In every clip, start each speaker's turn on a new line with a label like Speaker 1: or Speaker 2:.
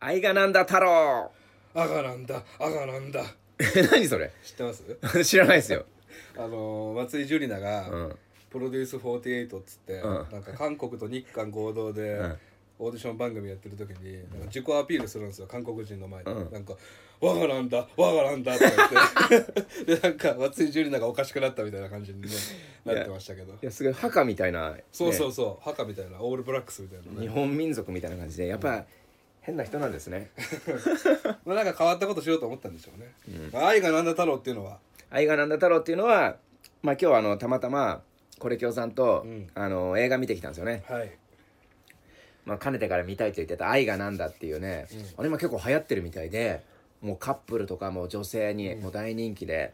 Speaker 1: 愛がなんだ太郎
Speaker 2: あがなんだあがなんだ
Speaker 1: え 何それ
Speaker 2: 知ってます
Speaker 1: 知らないですよ
Speaker 2: あのー松井樹里奈が、
Speaker 1: うん
Speaker 2: プロデュース48っつって、
Speaker 1: うん
Speaker 2: なんか韓国と日韓合同で、
Speaker 1: うん
Speaker 2: オーディション番組やってる時になんか自己アピールするんですよ韓国人の前で、
Speaker 1: うん
Speaker 2: なんか「我がなんだ我がなんだ」とか言って でなんか松井樹里奈がおかしくなったみたいな感じに、ね、なってましたけど
Speaker 1: いやすごい墓みたいな、ね
Speaker 2: そうそうそう、墓みたいなオールブラックスみたいな
Speaker 1: 日
Speaker 2: ね
Speaker 1: 本民族みたいな感じでやっぱ変な人なんですね
Speaker 2: まあなんか変わったことしようと思ったんでしょうね、愛がなんだ太郎っていうのは
Speaker 1: 愛がなんだ太郎っていうのはまあ今日あのたまたまこれきょうさんと、
Speaker 2: うん
Speaker 1: あの映画見てきたんですよね、
Speaker 2: はい
Speaker 1: まあ、かねてから見たいと言ってた「愛がなんだ」っていうね、あれ今結構流行ってるみたいでもうカップルとかもう女性にもう大人気で、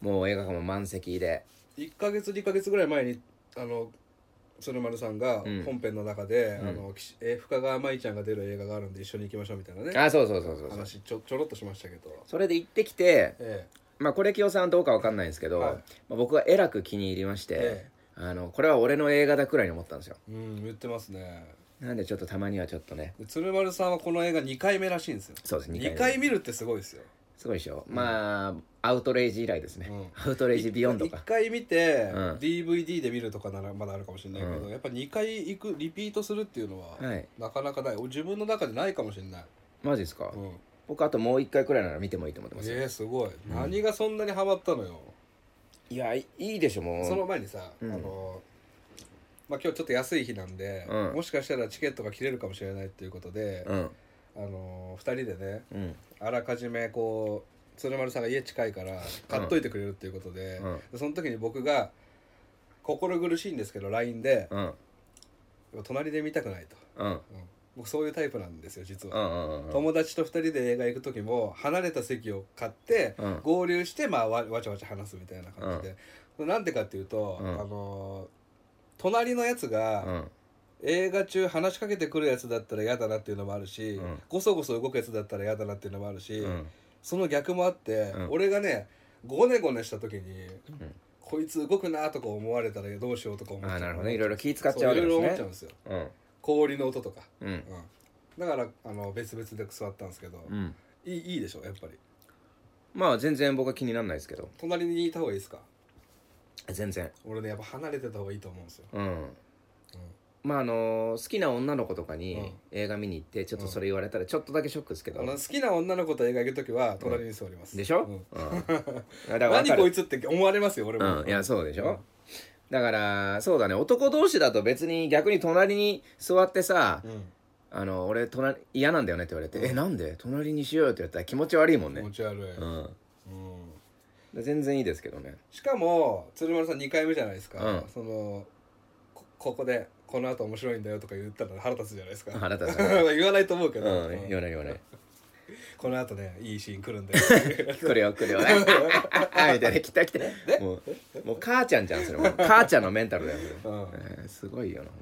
Speaker 1: もう映画館も満席で
Speaker 2: 1か月2か月ぐらい前にあの鶴丸さんが
Speaker 1: うん
Speaker 2: 本編の中で、あの岸えー深川舞ちゃんが出る映画があるんで一緒に行きましょうみたいなね
Speaker 1: あそうそうそうそうそう
Speaker 2: 話ちょちょろっとしましたけど
Speaker 1: それで行ってきて
Speaker 2: え
Speaker 1: まあこれきよさんどうかわかんないんですけど、
Speaker 2: はい
Speaker 1: まあ、僕はえらく気に入りまして、
Speaker 2: え
Speaker 1: あのこれは俺の映画だくらいに思ったんですよ
Speaker 2: えうん言ってますね
Speaker 1: なんでちょっとたまにはちょっとね
Speaker 2: で鶴丸さんはこの映画2回目らしいんですよ
Speaker 1: そうですね
Speaker 2: 2回見るってすごいですよ
Speaker 1: すごいでしょ、まあアウトレイジ以来ですね、
Speaker 2: う
Speaker 1: アウトレイジビヨンド
Speaker 2: 1
Speaker 1: か
Speaker 2: 回見て、
Speaker 1: うん
Speaker 2: DVD で見るとかならまだあるかもしれないけど、
Speaker 1: う
Speaker 2: やっぱ2回行くリピートするっていうのは、
Speaker 1: はい
Speaker 2: なかなかない自分の中でないかもしれない、
Speaker 1: マジですか、
Speaker 2: うん、
Speaker 1: 僕あともう一回くらいなら見てもいいと思ってますよ
Speaker 2: ええすごい、何がそんなにハマったのよ
Speaker 1: いやいいいでしょもう
Speaker 2: その前にさ、
Speaker 1: うん
Speaker 2: あのまあ、今日ちょっと安い日なんで、
Speaker 1: うん
Speaker 2: もしかしたらチケットが切れるかもしれないっていうことで、
Speaker 1: うん
Speaker 2: あの2人でね
Speaker 1: うん
Speaker 2: あらかじめこう鶴丸さんが家近いから買っといてくれるっていうことで、
Speaker 1: うん
Speaker 2: でその時に僕が心苦しいんですけど LINE で
Speaker 1: うん
Speaker 2: 「隣で見たくない」と、
Speaker 1: うん
Speaker 2: うん僕そういうタイプなんですよ実
Speaker 1: う
Speaker 2: は。
Speaker 1: んうんうん
Speaker 2: 友達と2人で映画行く時も離れた席を買って、
Speaker 1: うん
Speaker 2: 合流して、まあ、わわちゃわちゃ話すみたいな感じで、なんでかっていうと、
Speaker 1: うん
Speaker 2: あのー隣のやつが、
Speaker 1: うん
Speaker 2: 映画中話しかけてくるやつだったら嫌だなっていうのもあるし、
Speaker 1: うん
Speaker 2: ごそごそ動くやつだったら嫌だなっていうのもあるし、
Speaker 1: うん
Speaker 2: その逆もあって、
Speaker 1: うん
Speaker 2: 俺がねごねごねした時に、
Speaker 1: ん
Speaker 2: こいつ動くなとか思われたらどうしようとか思
Speaker 1: あ
Speaker 2: っち
Speaker 1: ー
Speaker 2: ゃう
Speaker 1: なるほどねいろいろ気使
Speaker 2: そ
Speaker 1: っちゃうわ
Speaker 2: い
Speaker 1: け
Speaker 2: ろい
Speaker 1: で
Speaker 2: ろ
Speaker 1: す
Speaker 2: 思っちゃうん
Speaker 1: ね
Speaker 2: ですよ
Speaker 1: うん
Speaker 2: 氷の音とか、
Speaker 1: うん
Speaker 2: うんだからあの別々で座ったんですけど、
Speaker 1: うん
Speaker 2: いいいいでしょやっぱり
Speaker 1: まあ全然僕は気にならないですけど
Speaker 2: 隣にいた方がいいですか
Speaker 1: 全然
Speaker 2: 俺ねやっぱ離れてた方がいいと思うんですよ
Speaker 1: うんまああの好きな女の子とか
Speaker 2: う
Speaker 1: に
Speaker 2: ん
Speaker 1: 映画見に行ってちょっとそれ言われたらちょっとだけショックですけど、
Speaker 2: あの好きな女の子と映画行く時は隣に座ります、
Speaker 1: でしょ、
Speaker 2: う
Speaker 1: うん
Speaker 2: ん
Speaker 1: あだから分
Speaker 2: 何
Speaker 1: か
Speaker 2: こい
Speaker 1: る、
Speaker 2: つって思われますよ俺も、
Speaker 1: うん、いやそうでしょ、だからそうだね男同士だと別に逆に隣に座ってさ「
Speaker 2: うん
Speaker 1: あの俺隣嫌なんだよね」って言われて「えなんで隣にしようよ」って言ったら気持ち悪いもん
Speaker 2: 気
Speaker 1: ね
Speaker 2: 持、ち悪い、
Speaker 1: う
Speaker 2: うん
Speaker 1: ん、全然いいですけどね
Speaker 2: しかも鶴丸さん2回目じゃないですか、
Speaker 1: うん
Speaker 2: そのこここでこの後面白いんだよとか言ったら腹立つじゃないですか
Speaker 1: 腹立つ
Speaker 2: 言わないと思うけ
Speaker 1: う
Speaker 2: ど、
Speaker 1: ん
Speaker 2: うん
Speaker 1: 言わない言わない
Speaker 2: この後ねいいシーン来るんだよ
Speaker 1: これよこれよみたいな来た来たもうもう母ちゃんじゃんそれもう母ちゃんのメンタルだよそれ
Speaker 2: うん
Speaker 1: えーすごいよな本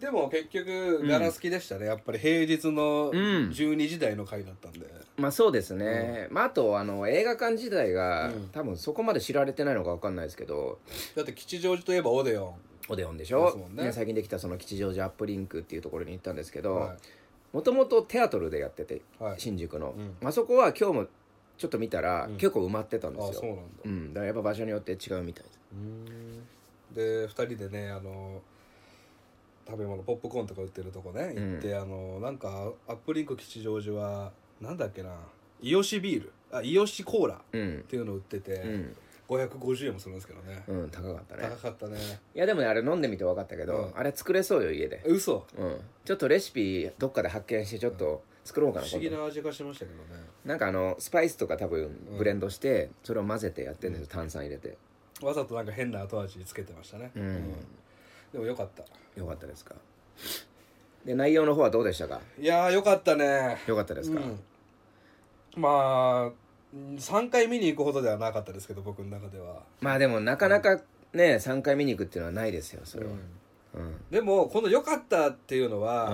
Speaker 1: 当
Speaker 2: でも結局ガラスきでしたね、やっぱり平日の
Speaker 1: ん
Speaker 2: 12時台の回だったんで、
Speaker 1: まあそうですね、まああとあの映画館自体が、
Speaker 2: うん
Speaker 1: 多分そこまで知られてないのか分かんないですけど
Speaker 2: だって吉祥寺といえばオデオ
Speaker 1: オデオンでし
Speaker 2: そう
Speaker 1: ょ
Speaker 2: ですもん
Speaker 1: ね
Speaker 2: ね
Speaker 1: 最近できたその吉祥寺アップリンクっていうところに行ったんですけ
Speaker 2: ン、
Speaker 1: ど
Speaker 2: は
Speaker 1: もともとテアトルでやってて、
Speaker 2: いはい、
Speaker 1: 新宿の、
Speaker 2: う
Speaker 1: あそこは今日もちょっと見たら、
Speaker 2: うん
Speaker 1: 結構埋まってたんで
Speaker 2: ああ
Speaker 1: す
Speaker 2: そう
Speaker 1: よ
Speaker 2: なんだ
Speaker 1: うんだからやっぱ場所によって違うみたいです
Speaker 2: で2人でねあの食べ物ポップコーンとか売ってるとこね行って、あのなんかアップリンク吉祥寺はなんだっけなイオシビールあイオシコーラっ
Speaker 1: うん
Speaker 2: ていうの売ってて、
Speaker 1: うん、
Speaker 2: 550円もするんですけどね、
Speaker 1: うん、高かったね
Speaker 2: 高かったね
Speaker 1: いやでもねあれ飲んでみて分かったけど、
Speaker 2: うん
Speaker 1: あれ作れそうよ家で、
Speaker 2: 嘘
Speaker 1: うん、ちょっとレシピどっかで発見してちょっと作ろう
Speaker 2: 不
Speaker 1: かな
Speaker 2: 思議
Speaker 1: 今度
Speaker 2: な味がしましたけどね
Speaker 1: なんかあのスパイスとか多分
Speaker 2: うん
Speaker 1: ブレンドして、それを混ぜてやってるんですよ炭酸入れて
Speaker 2: わざとなんか変な後味つけてましたね、
Speaker 1: うん
Speaker 2: でもよかった
Speaker 1: よかったですかで内容の方はどうでしたか
Speaker 2: いやーよかったね
Speaker 1: よかったですか、
Speaker 2: うん、まあ3回見に行くほどではなかったですけど僕の中では
Speaker 1: まあでもなかなかね、3回見に行くっていうのはないですよそれはうん
Speaker 2: でもこの「良かった」っていうのは、
Speaker 1: う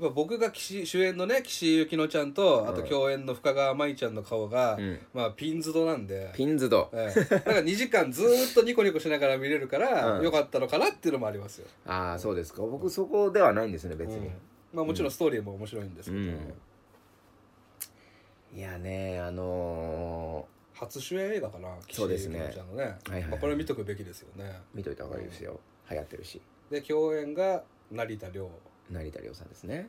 Speaker 2: やっ
Speaker 1: ん
Speaker 2: ぱ僕が岸主演のね岸井ゆきのちゃんとあと共演の深川舞ちゃんの顔が、
Speaker 1: うん
Speaker 2: まあピンズドなんで、
Speaker 1: ピンズド
Speaker 2: ええだから2時間ずーっとニコニコしながら見れるから、
Speaker 1: うん
Speaker 2: よかったのかなっていうのもありますよ、
Speaker 1: ああそうですか僕そこではないんですね別
Speaker 2: う
Speaker 1: に
Speaker 2: んまあもちろんストーリーも面白いんですけど、
Speaker 1: うんいやねあの
Speaker 2: 初主演映画かな
Speaker 1: そうですね
Speaker 2: 岸井ゆきのちゃんのね、
Speaker 1: はいはいはい
Speaker 2: まあ、これ見とくべきですよね
Speaker 1: ー見といた方がいいですよ流行ってるし
Speaker 2: で共演が成田凌
Speaker 1: 成田凌さんですね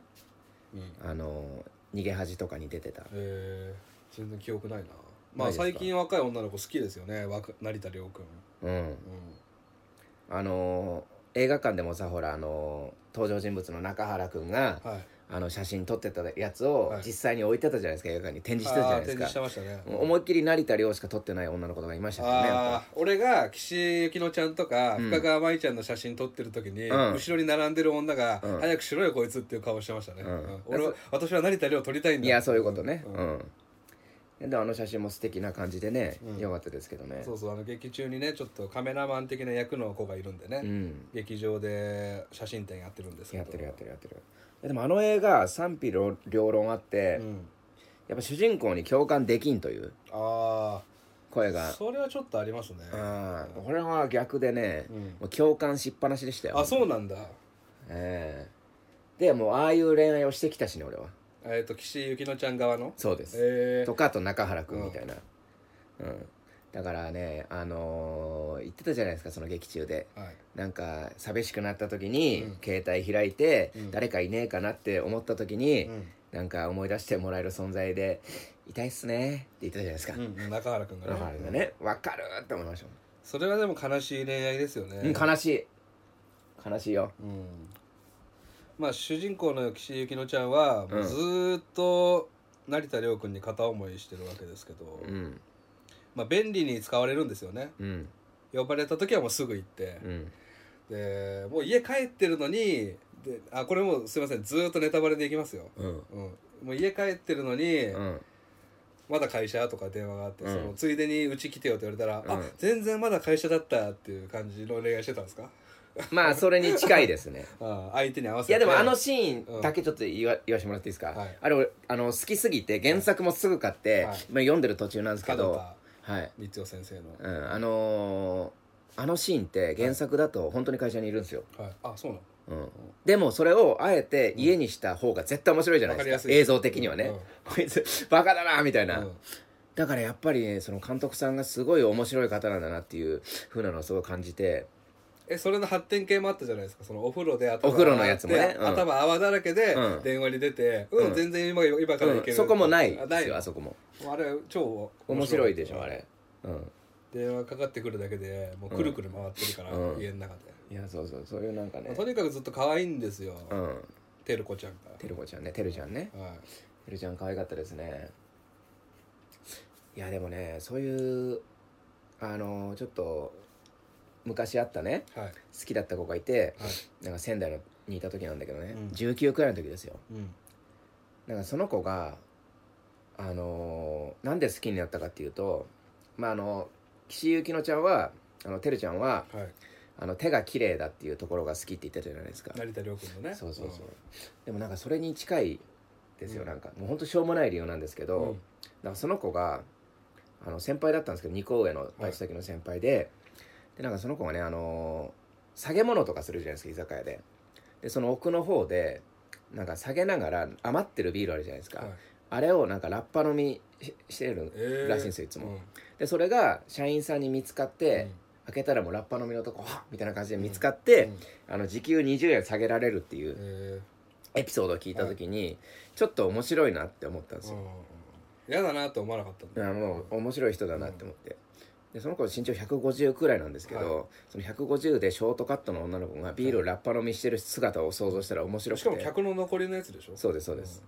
Speaker 2: うん
Speaker 1: あのー逃げ恥とかに出てた
Speaker 2: えー全然記憶ないな
Speaker 1: ない
Speaker 2: まあ
Speaker 1: ですか
Speaker 2: 最近若い女の子好きですよねわく成田凌君、
Speaker 1: うん
Speaker 2: う
Speaker 1: あのー映画館でもさほらあのー登場人物の中原くんが
Speaker 2: ん、はい
Speaker 1: あの写真撮ってたやつを
Speaker 2: はい
Speaker 1: 実際に置いてたじゃないですか映画館に展示してたじゃない
Speaker 2: あー展
Speaker 1: で
Speaker 2: 示し
Speaker 1: す
Speaker 2: て
Speaker 1: か
Speaker 2: ましたね
Speaker 1: もう思いっきり成田凌しか撮ってない女の子とかいましたけどねや
Speaker 2: あ
Speaker 1: っ
Speaker 2: ー俺が岸井ゆきのちゃんとか
Speaker 1: うん
Speaker 2: 深川舞ちゃんの写真撮ってる時に、
Speaker 1: うん
Speaker 2: 後ろに並んでる女が、
Speaker 1: うん
Speaker 2: 早くしろよこいつ」っていう顔してましたね、
Speaker 1: うん
Speaker 2: うん俺は私は成田凌撮りたいん
Speaker 1: ぱ
Speaker 2: だ
Speaker 1: いやそういうことね
Speaker 2: う
Speaker 1: うんん、であの写真も素敵な感じでね、
Speaker 2: うん
Speaker 1: よかったですけどね
Speaker 2: そうそうあの劇中にねちょっとカメラマン的な役の子がいるんでね、
Speaker 1: うん
Speaker 2: 劇場で写真展やってるんですけど
Speaker 1: やってるやってるやってるいやでもあの映画賛否両両論あって、
Speaker 2: うん、
Speaker 1: やっぱ主人公に共感できんという
Speaker 2: あ
Speaker 1: 声
Speaker 2: あ
Speaker 1: が
Speaker 2: それはちょっとありますね
Speaker 1: ああこれは逆でね、
Speaker 2: うん
Speaker 1: もう共感しっぱなしでしたよ
Speaker 2: あそうなんだ
Speaker 1: ええでもうああいう恋愛をしてきたしね俺は
Speaker 2: えっ、と岸井ゆきのちゃん側の
Speaker 1: そうです、
Speaker 2: えー
Speaker 1: とかあと中原君みたいなうん、だからねあのー言ってたじゃないですかその劇中で
Speaker 2: はい、
Speaker 1: なんか寂しくなった時に、
Speaker 2: うん
Speaker 1: 携帯開いて、
Speaker 2: うん
Speaker 1: 誰かいねえかなって思った時に、
Speaker 2: うん
Speaker 1: なんか思い出してもらえる存在で「痛いっすね」って言ってたじゃないですか、
Speaker 2: うん、中原君が
Speaker 1: 中原がね「わかる!」って思いましたもん
Speaker 2: それはでも悲しい恋愛ですよね、
Speaker 1: うん、悲しい悲しいよ
Speaker 2: うんまあ主人公の岸井ゆきのちゃんはもううんずーっと成田凌君に片思いしてるわけですけど、
Speaker 1: うん
Speaker 2: まあ、便利に使われるんですよね
Speaker 1: うん
Speaker 2: 呼ばれた時はもうすぐ行って
Speaker 1: う、ん
Speaker 2: でもう家帰ってるのにであこれもうすいませんずーっとネタバレでいきますよ、
Speaker 1: うん
Speaker 2: うん、もう家帰ってるのに、
Speaker 1: うん
Speaker 2: まだ会社とか電話があって、
Speaker 1: うん
Speaker 2: そのついでにうち来てよって言われたら、
Speaker 1: う
Speaker 2: あ
Speaker 1: ん
Speaker 2: 全然まだ会社だったっていう感じの恋愛してたんですか
Speaker 1: まあそれに近いですね
Speaker 2: あ相手に合わせ
Speaker 1: い
Speaker 2: てい
Speaker 1: やでもあのシーンだけちょっと言わ言わしてもらっていいですか、
Speaker 2: はい
Speaker 1: あれ俺あの好きすぎて原作もすぐ買って、
Speaker 2: はい
Speaker 1: 今読んでる途中なんですけ
Speaker 2: 角
Speaker 1: ど
Speaker 2: 田
Speaker 1: はい、
Speaker 2: 光代先生の、
Speaker 1: うん、あのーあのシーンって原作だと本当に会社にいるんですよ、
Speaker 2: はい、あそうなの
Speaker 1: うん、でもそれをあえて家にした方が絶対面白いじゃない
Speaker 2: わかりや
Speaker 1: ですすか、
Speaker 2: いです
Speaker 1: 映像的にはね、
Speaker 2: うん
Speaker 1: こいつバカだなみたいな、
Speaker 2: うん
Speaker 1: だからやっぱりねその監督さんがすごい面白い方なんだなっていうふうなのをすごい感じて
Speaker 2: えそれの発展系もあったじゃないですかそのお風呂で頭
Speaker 1: お風呂のやつもね
Speaker 2: で
Speaker 1: うん
Speaker 2: 頭泡だらけで
Speaker 1: うん
Speaker 2: 電話に出てうん、
Speaker 1: うん
Speaker 2: 全然今今からいける、
Speaker 1: うんそこもないで
Speaker 2: あな
Speaker 1: す
Speaker 2: い
Speaker 1: よ
Speaker 2: の
Speaker 1: あそこも
Speaker 2: あれ超
Speaker 1: 面白いでしょあれうん
Speaker 2: 電話かかってくるだけでもうくるくる回ってるから、
Speaker 1: うん
Speaker 2: 家の中で、
Speaker 1: いやそうそうそういうなんかね
Speaker 2: とにかくずっと可愛いんですよ、
Speaker 1: うん
Speaker 2: てるこちゃんが
Speaker 1: てるこちゃんねてるちゃんね
Speaker 2: はい
Speaker 1: てるちゃん可愛かったですねいやでもねそういうあのちょっと昔あったね
Speaker 2: はい
Speaker 1: 好きだった子がいて
Speaker 2: はい
Speaker 1: なんか仙台のにいた時なんだけどね、
Speaker 2: うん
Speaker 1: 19くらいの時ですよ
Speaker 2: うん
Speaker 1: なんかその子があのーなんで好きになったかっていうとまああの岸井ゆきのちゃんはあのてるちゃんは
Speaker 2: はい
Speaker 1: あの手が綺麗だっていうところが好きって言ってたじゃないですか
Speaker 2: 成田凌君のね
Speaker 1: そうそうそう、
Speaker 2: ん
Speaker 1: でもなんかそれに近いですよ、
Speaker 2: うん
Speaker 1: なんかもうほんとしょうもない理由なんですけど、
Speaker 2: うん
Speaker 1: なんかその子があの先輩だったんですけど二個上のバイト先の先輩で、でなんかその子がねあのー下げ物とかするじゃないですか居酒屋ででその奥の方でなんか下げながら余ってるビールあるじゃないですか、
Speaker 2: はい
Speaker 1: あれをなんかラッパ飲みししてる
Speaker 2: えー
Speaker 1: らしいんですよいつ
Speaker 2: う
Speaker 1: も、
Speaker 2: ん
Speaker 1: でそれが社員さんに見つかって、
Speaker 2: うん
Speaker 1: 開けたらもうラッパ飲みのとこはっみたいな感じで見つかって、
Speaker 2: うん
Speaker 1: あの時給20円下げられるっていう
Speaker 2: え
Speaker 1: エピソードを聞いた時に、ちょっと面白いなって思ったんで
Speaker 2: ー
Speaker 1: す
Speaker 2: う
Speaker 1: よ、
Speaker 2: ん嫌だなと思わなかったん
Speaker 1: い
Speaker 2: だ
Speaker 1: やもう面白い人だなって思って、でその子身長150くらいなんですけど、その150でショートカットの女の子がビールをラッパ飲みしてる姿を想像したら面白く
Speaker 2: してかも客の残りのやつでしょ
Speaker 1: そうですそうです、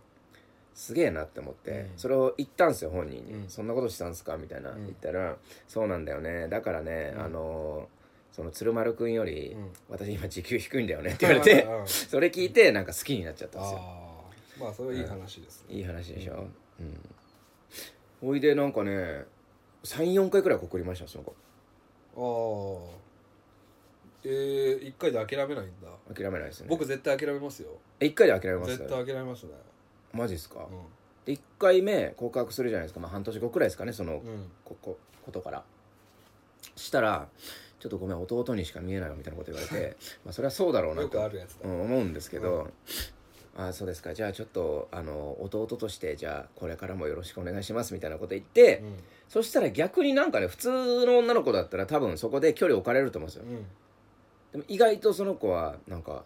Speaker 1: すげえなって思って、
Speaker 2: うん
Speaker 1: それを言ったんですよ本人に、
Speaker 2: うん
Speaker 1: そんなことしたんですかみたいな、
Speaker 2: うん
Speaker 1: 言ったら「そうなんだよねだからね、
Speaker 2: うん
Speaker 1: あのその鶴丸君より、
Speaker 2: うん
Speaker 1: 私今時給低いんだよね」って言われて
Speaker 2: うん
Speaker 1: それ聞いてなんか好きになっちゃったんですよ
Speaker 2: ああまあそれはいい話ですね、
Speaker 1: いい話でしょうんおいでなんかね34回くらい告りましたその子
Speaker 2: ああえー、一回で諦めないんだ、
Speaker 1: 諦めないですね
Speaker 2: 僕絶対諦めますよ
Speaker 1: 1回で諦めます
Speaker 2: 絶対諦めますね
Speaker 1: マジですか、
Speaker 2: うん
Speaker 1: で1回目告白するじゃないですか、まあ、半年後くらいですかねその
Speaker 2: うん
Speaker 1: ここことからしたら「ちょっとごめん 弟にしか見えないわ」みたいなこと言われてまあそれはそうだろうな
Speaker 2: よ
Speaker 1: と
Speaker 2: くあるやつ
Speaker 1: う、
Speaker 2: だ
Speaker 1: ん思うんですけど、あそうですかじゃあちょっとあの弟としてじゃあこれからもよろしくお願いしますみたいなこと言って、
Speaker 2: うん
Speaker 1: そしたら逆になんかね普通の女の子だったら多分そこで距離置かれると思うんですよ
Speaker 2: うん
Speaker 1: でも意外とその子はなんか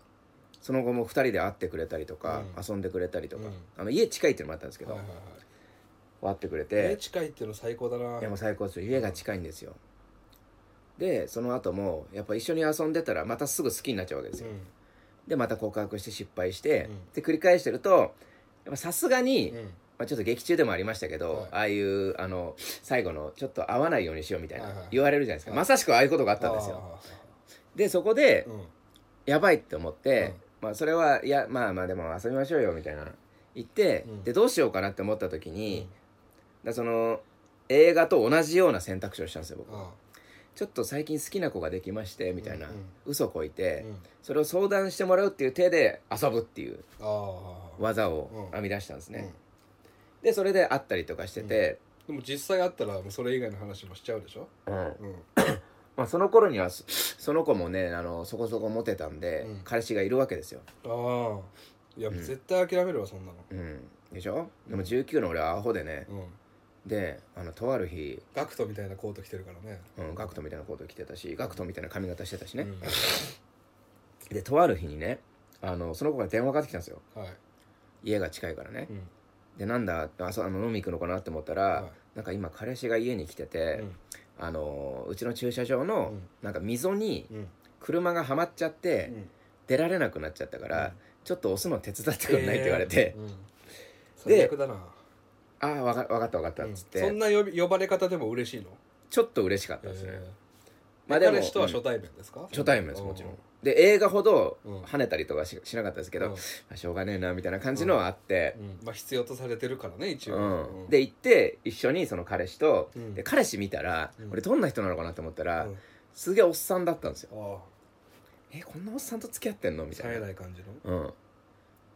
Speaker 1: その後も2人で会ってくれたりとか、
Speaker 2: うん
Speaker 1: 遊んでくれたりとか、
Speaker 2: うん
Speaker 1: あの家近いっていうのもあったんですけど、
Speaker 2: はいはいはい
Speaker 1: 会ってくれ
Speaker 2: 家
Speaker 1: て
Speaker 2: 近いっていうの最高だない
Speaker 1: やもう最高ですよ家が近いんですよでその後もやっぱ一緒に遊んでたらまたすぐ好きになっちゃうわけですよ、
Speaker 2: う
Speaker 1: でまた告白して失敗して、
Speaker 2: うん
Speaker 1: で繰り返してるとやっぱさすがに、
Speaker 2: んうん
Speaker 1: まあ、ちょっと劇中でもありましたけど、
Speaker 2: はい
Speaker 1: ああいうあの最後のちょっと会わないようにしようみたいな、
Speaker 2: はいはい
Speaker 1: 言われるじゃないですか、
Speaker 2: はい
Speaker 1: まさしくああいうことがあったんですよでそこで、
Speaker 2: うん
Speaker 1: やばいって思って、まあ、それはいやまあまあでも遊びましょうよみたいな言って、
Speaker 2: うん
Speaker 1: でどうしようかなって思った時に、
Speaker 2: うん
Speaker 1: だその映画と同じような選択肢をしたんですよ僕
Speaker 2: あ
Speaker 1: ちょっと最近好きな子ができましてみたいな、
Speaker 2: うんうん
Speaker 1: 嘘こい
Speaker 2: あ
Speaker 1: て、
Speaker 2: うん
Speaker 1: それを相談してもらうっていう手で遊ぶっていう
Speaker 2: ああ
Speaker 1: 技を
Speaker 2: うん
Speaker 1: 編み出したんですね、
Speaker 2: うん
Speaker 1: でそれで会ったりとかしてて、
Speaker 2: でも実際あったらもうそれ以外の話もしちゃうでしょ、
Speaker 1: うん
Speaker 2: うん、
Speaker 1: まあ、その頃にはそその子もねあのそこそこモテたんで、
Speaker 2: うん
Speaker 1: 彼氏がいるわけですよ、
Speaker 2: ああいや、
Speaker 1: うん
Speaker 2: 絶対諦めるわそんなの、
Speaker 1: うん、でしょでも19の俺はアホでね、
Speaker 2: うん、
Speaker 1: であのとある日
Speaker 2: ガクトみたいなコート着てるからね
Speaker 1: うん、ガクトみたいなコート着てたしガクトみたいな髪型してたしね、
Speaker 2: う
Speaker 1: でとある日にねあのその子が電話かかってきたんですよ
Speaker 2: ん、はい、
Speaker 1: 家が近いからね
Speaker 2: う、ん
Speaker 1: でなんだあそうあの飲み行くのかなって思ったら、
Speaker 2: はい
Speaker 1: なんか今彼氏が家に来てて、
Speaker 2: うん
Speaker 1: あのうちの駐車場の、
Speaker 2: うん
Speaker 1: なんか溝に
Speaker 2: うん
Speaker 1: 車がはまっちゃって、
Speaker 2: うん
Speaker 1: 出られなくなっちゃったから、
Speaker 2: うん
Speaker 1: ちょっと押すの手伝ってくれないって言われて
Speaker 2: え、ーうん、
Speaker 1: で
Speaker 2: 最悪だな、
Speaker 1: ああわかわかったわかったっ
Speaker 2: うん
Speaker 1: つって、
Speaker 2: そんな呼び呼ばれ方でも嬉しいの、
Speaker 1: ちょっと嬉しかったですね、
Speaker 2: えー
Speaker 1: まあでも
Speaker 2: 彼氏とは
Speaker 1: うん
Speaker 2: 初対面ですか、
Speaker 1: 初対面ですもちろんで映画ほど
Speaker 2: うん
Speaker 1: 跳ねたりとかししなかったですけ
Speaker 2: け
Speaker 1: ど、
Speaker 2: うん
Speaker 1: まあしょうがねえなみたいな感じのはあって、
Speaker 2: うんまあ、必要とされてるからね一
Speaker 1: う
Speaker 2: 応、
Speaker 1: ん
Speaker 2: うん
Speaker 1: で行って一緒にその彼氏と、
Speaker 2: うん
Speaker 1: で彼氏見たら、
Speaker 2: うん
Speaker 1: 俺どんな人なのかなと思ったら、
Speaker 2: うん
Speaker 1: すげえおっさんだったんですよ
Speaker 2: ああ
Speaker 1: えこんなおっさんと付き合ってんのみた
Speaker 2: 冴
Speaker 1: い
Speaker 2: え
Speaker 1: な、
Speaker 2: ない感じの、
Speaker 1: うん、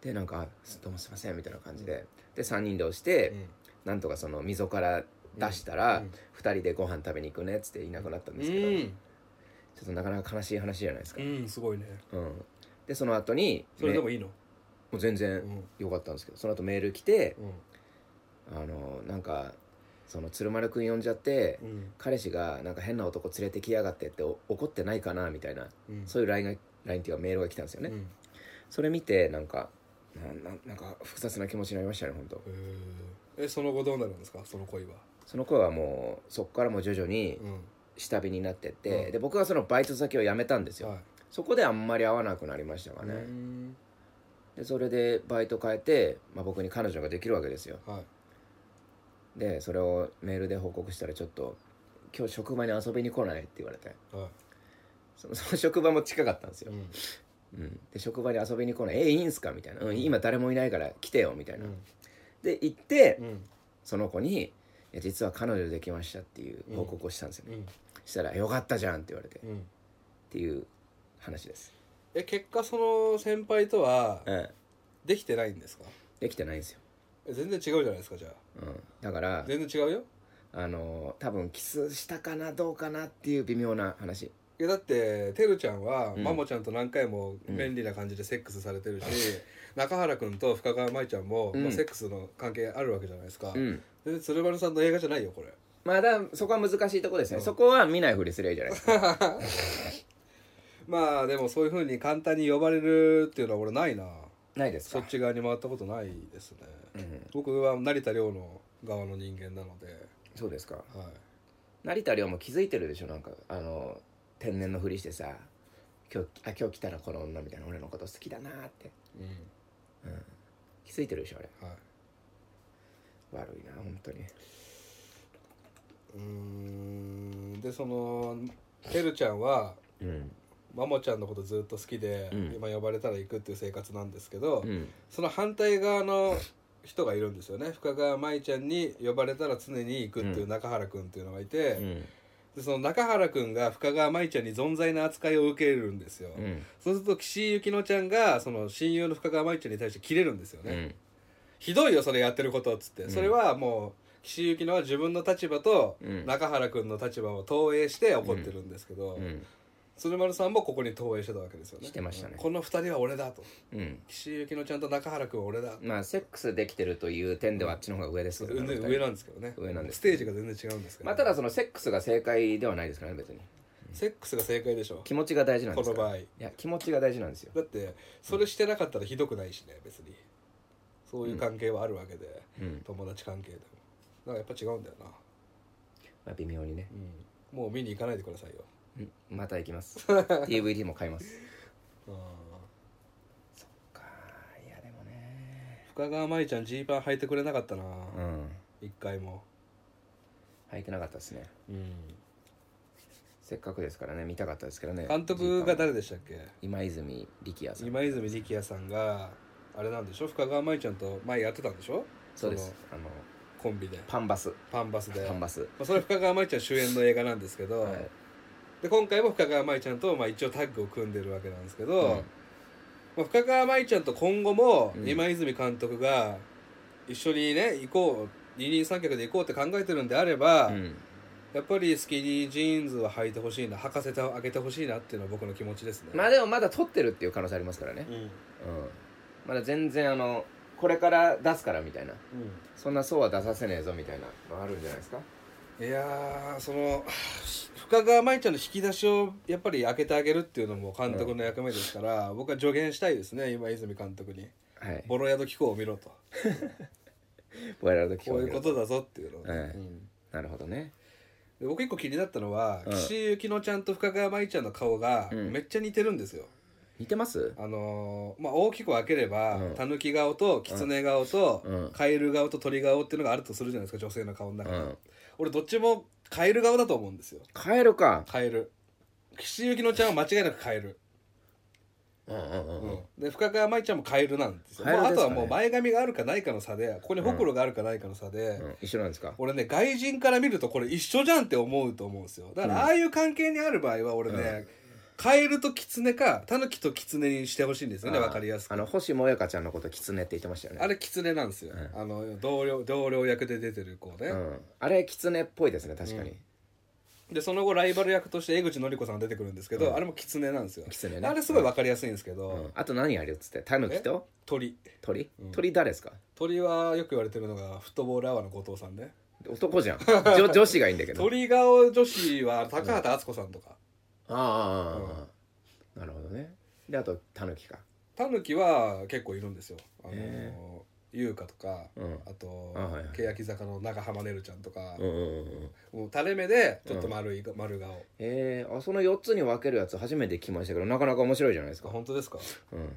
Speaker 1: でなんかあ「どうもすいません」みたいな感じでで3人で押して、
Speaker 2: うん
Speaker 1: なんとかその溝から出したら、
Speaker 2: うん
Speaker 1: 2人でご飯食べに行くねっつっていなくなったんですけど、ちょっとなかなか悲しい話じゃないですか
Speaker 2: う、ん、うん、すごいね
Speaker 1: うんでその後に
Speaker 2: それでも
Speaker 1: め
Speaker 2: いいの、
Speaker 1: もう全
Speaker 2: う
Speaker 1: 然
Speaker 2: ん
Speaker 1: よかったんですけどその後メール来て、
Speaker 2: うん
Speaker 1: あのなんかその鶴丸くん呼んじゃって、
Speaker 2: うん
Speaker 1: 彼氏がなんか変な男連れてきやがってってお怒ってないかなみたいな
Speaker 2: うん
Speaker 1: そういう LINE が LINE っていうかメールが来たんですよね、
Speaker 2: うん
Speaker 1: それ見てなんかなななんか複雑な気持ちになりましたね本当
Speaker 2: へええその後どうなるんですかその恋は、
Speaker 1: その子はもうそこからもう徐々に
Speaker 2: うん
Speaker 1: 下火になってって、
Speaker 2: うん
Speaker 1: で僕はそのバイト先を辞めたんですよ、
Speaker 2: はい
Speaker 1: そこであんまり会わなくなりましたがね、
Speaker 2: うん
Speaker 1: でそれでバイト変えて、まあ、僕に彼女ができるわけですよ
Speaker 2: はい
Speaker 1: でそれをメールで報告したらちょっと「今日職場に遊びに来ない?」って言われて
Speaker 2: は
Speaker 1: そのその職場も近かったんです
Speaker 2: い
Speaker 1: よ、
Speaker 2: ん
Speaker 1: うん、で職場に遊びに来ない「えいいんすか?」みたいな、うん「今誰もいないから来てよ」みたいな、で行って
Speaker 2: うん
Speaker 1: その子にいや「実は彼女できました」っていう報告をしたんですよね、
Speaker 2: うん
Speaker 1: したら「よかったじゃん」って言われてっ
Speaker 2: うん
Speaker 1: ていう話です、
Speaker 2: え結果その先輩とは
Speaker 1: うん、
Speaker 2: できてないんですか
Speaker 1: できてないんですよ、
Speaker 2: え全然違うじゃないですかじゃ
Speaker 1: うん、だか
Speaker 2: あ
Speaker 1: ら
Speaker 2: 全然違うよ
Speaker 1: あの多分キスしたかなどうかなっていう微妙な話
Speaker 2: いやだっててるちゃんは、
Speaker 1: うん
Speaker 2: マモちゃんと何回も便利な感じでセックスされてるし、中原君と深川舞ちゃんも、
Speaker 1: うん
Speaker 2: まあ、セックスの関係あるわけじゃないですか、
Speaker 1: うん
Speaker 2: 全然鶴丸さんの映画じゃないよこれ
Speaker 1: まだそこは難しいとこですね、
Speaker 2: うん
Speaker 1: そこは見ないふりすりゃいいじゃないです か
Speaker 2: まあでもそういうふうに簡単に呼ばれるっていうのは俺ないな
Speaker 1: ないです
Speaker 2: そ
Speaker 1: か
Speaker 2: っち側に回ったことないですね、
Speaker 1: うん
Speaker 2: 僕は成田凌の側の人間なので、
Speaker 1: そうですか
Speaker 2: はい、
Speaker 1: 成田凌も気づいてるでしょなんかあの天然のふりしてさ今日あ今日来たらこの女みたいな俺のこと好きだなーって
Speaker 2: うん
Speaker 1: 気づいてるでしょあれ
Speaker 2: はい、
Speaker 1: 悪いな本当に
Speaker 2: うーんでそのてるちゃんは
Speaker 1: うん
Speaker 2: マモちゃんのことずっと好きで、
Speaker 1: うん
Speaker 2: 今呼ばれたら行くっていう生活なんですけど、
Speaker 1: うん
Speaker 2: その反対側の人がいるんですよね深川舞ちゃんに呼ばれたら常に行くっていう中原君っていうのがいて、
Speaker 1: うん
Speaker 2: でその中原君が深川舞ちゃんに存在な扱いを受けるんですよ、
Speaker 1: うん
Speaker 2: そうすると岸井ゆきのちゃんがその親友の深川舞ちゃんに対して切れるんですよね、ひどいよそれやってることっつって、
Speaker 1: うん
Speaker 2: それはもう岸井ゆきのは自分の立場と
Speaker 1: うん
Speaker 2: 中原君の立場を投影して怒ってるんですけど、
Speaker 1: うん
Speaker 2: 鶴丸さんもここに投影してたわけですよね
Speaker 1: してましたね
Speaker 2: うんこの二人は俺だと
Speaker 1: うん
Speaker 2: 岸井ゆきのちゃんと中原君は俺だ
Speaker 1: まあセックスできてるという点ではあっちの方が上ですけどね、あの二人
Speaker 2: 上なんですけどね
Speaker 1: 上なんです
Speaker 2: ステージが全然違うんですけど、
Speaker 1: まあただそのセックスが正解ではないですからね別に
Speaker 2: セックスが正解でしょ
Speaker 1: 気持ちが大事なんですから
Speaker 2: この場合
Speaker 1: いや気持ちが大事なんですよ
Speaker 2: だってそれしてなかったらひどくないしね別にそういう関係はあるわけで、
Speaker 1: うん
Speaker 2: 友達関係でもだからやっぱ違うんだよな、
Speaker 1: まあ微妙にね
Speaker 2: うん、もう見に行かないでくださいよ
Speaker 1: うんまた行きます DVD も買います
Speaker 2: あー
Speaker 1: かいやでもね
Speaker 2: 深川舞ちゃんジーパン履いてくれなかったな
Speaker 1: うん
Speaker 2: 一、回も
Speaker 1: 履いてなかったですね
Speaker 2: うん
Speaker 1: せっかくですからね見たかったですけどね
Speaker 2: 監督が誰でしたっけ
Speaker 1: 今泉力也さん
Speaker 2: 今泉力也さんがあれなんでしょ深川舞ちゃんと前やってたんでしょ
Speaker 1: そうですあの
Speaker 2: そのコンビで
Speaker 1: パンバス
Speaker 2: パンバスで
Speaker 1: パンバス
Speaker 2: まあ、それは深川舞ちゃん主演の映画なんですけど、
Speaker 1: はい
Speaker 2: で今回も深川舞ちゃんと、まあ、一応タッグを組んでるわけなんですけど、
Speaker 1: うん
Speaker 2: まあ、深川舞ちゃんと今後も
Speaker 1: うん
Speaker 2: 今泉監督が一緒にね行こう二人三脚で行こうって考えてるんであれば、
Speaker 1: うん
Speaker 2: やっぱりスキニージーンズは履いてほしいな履かせてあげてほしいなっていうのは僕の気持ちですね。
Speaker 1: まあでもまだ撮ってるっていう可能性ありますからね
Speaker 2: うんうん
Speaker 1: うんまだ全然あのこれから出すからみたいなそんなそうは出させねえぞみたいなのあるんじゃないですか
Speaker 2: いやーその深川舞ちゃんの引き出しをやっぱり開けてあげるっていうのも監督の役目ですから、僕は助言したいですね今泉監督に
Speaker 1: はい
Speaker 2: ボロ宿機構を見ろと
Speaker 1: ボイラード機
Speaker 2: こういうことだぞっていうのを、
Speaker 1: はい
Speaker 2: うん
Speaker 1: なるほどね
Speaker 2: で僕一個気になったのは、
Speaker 1: うん
Speaker 2: 岸井ゆきのちゃんと深川舞ちゃんの顔が
Speaker 1: うん
Speaker 2: めっちゃ似てるんですよ、
Speaker 1: 似てます
Speaker 2: あのーまあ、大きく分ければ、
Speaker 1: うん
Speaker 2: タヌキ顔とキツネ顔と、
Speaker 1: うん
Speaker 2: カエル顔と鳥顔っていうのがあるとするじゃないですか女性の顔の
Speaker 1: う
Speaker 2: 中で、
Speaker 1: ん
Speaker 2: 俺どっちもカエル顔だと思うんですよ
Speaker 1: 変えるか
Speaker 2: カエル岸井ゆきのちゃんは間違いなくカエル、
Speaker 1: うんうんうんうん
Speaker 2: で深川舞ちゃんもカエルなんですよ
Speaker 1: カエル
Speaker 2: まあ、あ
Speaker 1: です
Speaker 2: と
Speaker 1: か
Speaker 2: は
Speaker 1: ね
Speaker 2: もう前髪があるかないかの差でここにほくろがあるかないかの差で、
Speaker 1: うん一緒なんですか
Speaker 2: 俺ね外人から見るとこれ一緒じゃんって思うと思うんですよだからああいう関係にある場合は俺ね、カエルとキツネかタヌキとキツネにしてほしいんですよねわかりやすく
Speaker 1: あ
Speaker 2: あ
Speaker 1: の星もやかちゃんのことキツネって言ってましたよね
Speaker 2: れキツネなんですよ、あの同僚同僚役で出てる子ね、
Speaker 1: うん、あれキツネっぽいですね確かに、
Speaker 2: でその後ライバル役として江口のり子さんが出てくるんですけど、あれもキツネなんですよ
Speaker 1: キツネね
Speaker 2: あれすごいわかりやすいんですけど、
Speaker 1: うんあと何あるっつってタヌキと
Speaker 2: 鳥
Speaker 1: 鳥、鳥誰ですか
Speaker 2: 鳥はよく言われてるのがフットボールアワーの後藤さんね
Speaker 1: 男じゃん 女女子がいいんだけど
Speaker 2: 鳥顔女子は高畑敦子さんとか、
Speaker 1: ああああああ、なるほどねであとタヌキか
Speaker 2: タヌキは結構いるんですよ。あの
Speaker 1: へ
Speaker 2: 優香とか、
Speaker 1: うん
Speaker 2: あと
Speaker 1: あはいはい
Speaker 2: 欅坂の長浜ねるちゃんとか
Speaker 1: う、んうんうんうん
Speaker 2: もう垂れ目でちょっと丸い、丸顔。
Speaker 1: えー、あその4つに分けるやつ初めて聞きましたけどなかなか面白いじゃないですか
Speaker 2: 本当ですか。
Speaker 1: うん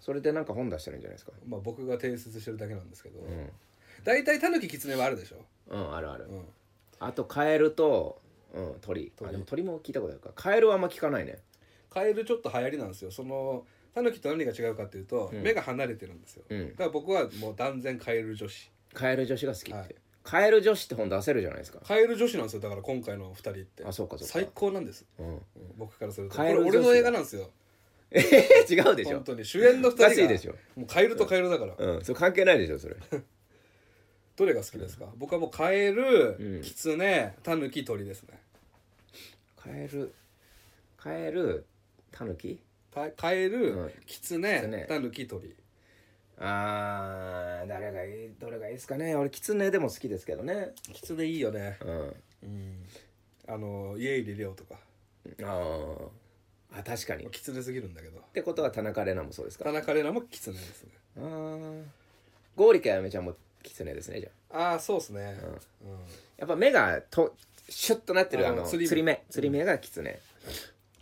Speaker 1: それでなんか本出してるんじゃないですか
Speaker 2: まあ僕が提出してるだけなんですけど、
Speaker 1: うん
Speaker 2: 大体タヌキキツネはあるでしょ。
Speaker 1: うんあるある
Speaker 2: うん。
Speaker 1: あとカエルと、うん、鳥あでも鳥も聞いたことあるかカエルはあんま聞かないね
Speaker 2: カエルちょっと流行りなんですよ。そのタヌキと何が違うかっていうと、目が離れてるんですよ。
Speaker 1: うん
Speaker 2: だから僕はもう断然カエル女子。
Speaker 1: カエル女子が好きって、
Speaker 2: はい
Speaker 1: カエル女子って本出せるじゃないですか
Speaker 2: カエル女子なんですよ。だから今回の二人って。
Speaker 1: あそうかそうか
Speaker 2: 最高なんです。
Speaker 1: うん
Speaker 2: うん僕からすると。こ
Speaker 1: カエ
Speaker 2: れ
Speaker 1: ル女子
Speaker 2: 俺の映画なんですよ。
Speaker 1: えへへ違うでしょ
Speaker 2: 本当に主演の二人が
Speaker 1: おかしいでしょ
Speaker 2: もうカエルとカエルだから、
Speaker 1: うんそれ関係ないでしょそれ
Speaker 2: どれが好きですか、僕はもうカエル、
Speaker 1: うん
Speaker 2: キツネタヌキ鳥ですね
Speaker 1: カエルカエルタヌキ
Speaker 2: たカエル、
Speaker 1: うん
Speaker 2: キツネ
Speaker 1: ツネ
Speaker 2: タヌキ鳥
Speaker 1: あー誰がいいどれがいいですかね俺キツネでも好きですけどね
Speaker 2: キツネいいよね
Speaker 1: うん
Speaker 2: うんあの家入り涼とか
Speaker 1: あーあ確かにっ
Speaker 2: キツネすぎるんだけど
Speaker 1: てことは田中玲奈もそうですか
Speaker 2: 田中玲奈もキツネですね
Speaker 1: あー剛力彩芽ちゃんもキツネですねじゃあ
Speaker 2: ああそうですね、うん
Speaker 1: やっぱ目がとシュッとなってる
Speaker 2: あ
Speaker 1: あの
Speaker 2: の釣り目
Speaker 1: 釣り目釣り目がキツネ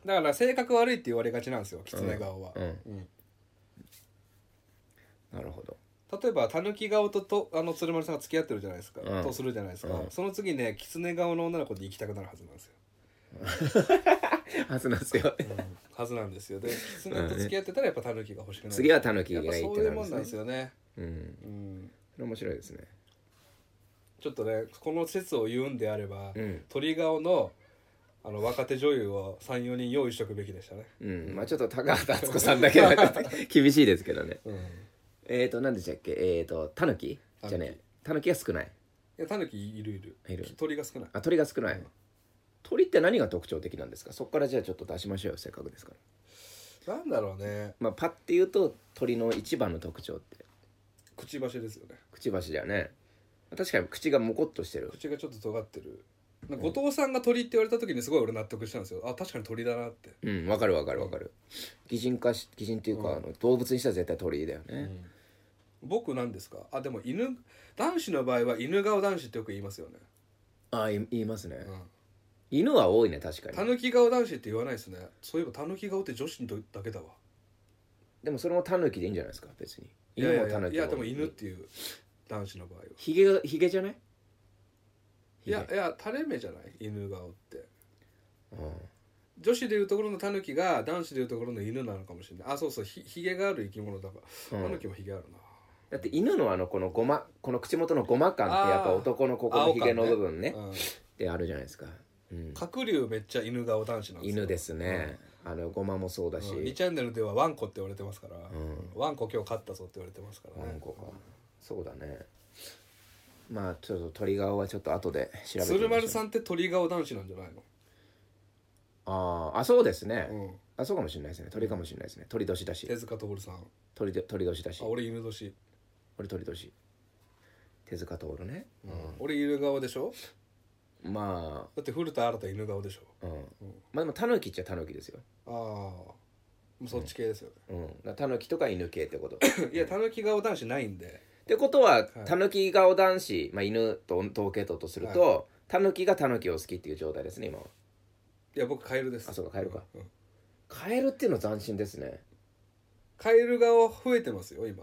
Speaker 2: だから性格悪いって言われがちなんですよキツネ顔は、
Speaker 1: うん
Speaker 2: うん
Speaker 1: なるほど
Speaker 2: 例えばタヌキ顔ととあの鶴丸さんが付き合ってるじゃないですか、
Speaker 1: うん
Speaker 2: とするじゃないですか、
Speaker 1: うん
Speaker 2: その次ねキツネ顔の女の子で行きたくなるはずなんですよ
Speaker 1: はずなんですよ
Speaker 2: はずなんですよでキツネと付き合ってたらやっぱタヌキが欲しくなる
Speaker 1: 次はタヌキ
Speaker 2: や
Speaker 1: が
Speaker 2: っ
Speaker 1: いいっ
Speaker 2: ぱ
Speaker 1: て
Speaker 2: そう
Speaker 1: なる
Speaker 2: いうんも
Speaker 1: ですね
Speaker 2: んなんですよね
Speaker 1: うん
Speaker 2: うん
Speaker 1: それ面白いですね
Speaker 2: ちょっとねこの説を言うんであれば、
Speaker 1: うん
Speaker 2: 鳥顔のあの若手女優を34人用意しとくべきでしたね、
Speaker 1: うんまあちょっと高畑敦子さんだけ は厳しいですけどね
Speaker 2: うん、い
Speaker 1: えーと何でしたっけえーとタヌキじゃねタヌキが少ない
Speaker 2: やタヌキいるいる
Speaker 1: いる
Speaker 2: 鳥が少ない
Speaker 1: あ鳥が少ない鳥って何が特徴的なんですかそこからじゃあちょっと出しましょうよせっかくですから、
Speaker 2: なんだろうね
Speaker 1: まあ、パッて言うと鳥の一番の特徴って
Speaker 2: くちばしですよね
Speaker 1: くちばしだよね確かに口がモコっとしてる
Speaker 2: 口がちょっと尖ってるなんか後藤さんが鳥って言われた時にすごい俺納得したんですよあ確かに鳥だなって、
Speaker 1: うんわかるわかるわかる擬人化し擬人っていうか、
Speaker 2: うん
Speaker 1: あの動物にしたら絶対鳥だよね、
Speaker 2: 僕なんですかあでも犬男子の場合は犬顔男子ってよく言いますよね、
Speaker 1: ああい言いますね、
Speaker 2: う
Speaker 1: 犬は多いね確
Speaker 2: ん、
Speaker 1: か
Speaker 2: た
Speaker 1: に
Speaker 2: ぬき顔男子って言わないですねそういえばたぬき顔って女子にだけだわ
Speaker 1: でもそれもタヌキでいいんじゃないですか別に犬も
Speaker 2: い
Speaker 1: タ
Speaker 2: やい
Speaker 1: ヌ
Speaker 2: や
Speaker 1: キ
Speaker 2: いやでも犬っていう男子の場合は
Speaker 1: ヒゲがヒゲじゃない
Speaker 2: いやいや垂れ目じゃない犬顔って
Speaker 1: うん
Speaker 2: 女子でいうところのタヌキが男子でいうところの犬なのかもしれないあそうそうひひげがある生き物だから
Speaker 1: うん
Speaker 2: タヌキもひげあるな
Speaker 1: だって犬のあのこのごまこの口元のごま感ってやっぱ男のここのひげの部分ね
Speaker 2: 青かんね
Speaker 1: ってあるじゃないですか、うん
Speaker 2: うん、鶴竜めっちゃ犬顔男子なんですよ
Speaker 1: 犬ですね、あのごまもそうだし、
Speaker 2: 2チャンネルではワンコって言われてますから、
Speaker 1: ん
Speaker 2: ワンコ今日勝ったぞって言われてますからね
Speaker 1: 何個かそうだねまあちょっと鳥顔はちょっと後で調べてみましょう
Speaker 2: 鶴丸さんって鳥顔男子なんじゃないの、
Speaker 1: あーあそうですね、
Speaker 2: うん、
Speaker 1: あそうかもしれないですね鳥かもしれないですね鳥年だし
Speaker 2: 手塚徹さんあ
Speaker 1: 鳥で鳥年だし
Speaker 2: 俺犬年、
Speaker 1: 俺鳥年手塚徹ね、
Speaker 2: 俺犬顔でしょ
Speaker 1: ま
Speaker 2: だって古田新太犬顔でしょ
Speaker 1: あ、うん、まあでもタヌキっちゃタヌキですよ
Speaker 2: ああもうそっち系ですよね、
Speaker 1: うんタヌキとか犬系ってことっ
Speaker 2: いやたぬき顔男子ないんで
Speaker 1: てことはタヌキ顔男子、まあ、犬と同系統とすると、タヌキがタヌキを好きっていう状態ですね今はい
Speaker 2: や僕カエルです
Speaker 1: あそうかカエルか、
Speaker 2: うん
Speaker 1: カエルっていうの斬新ですね
Speaker 2: カエル顔増えてますよ今、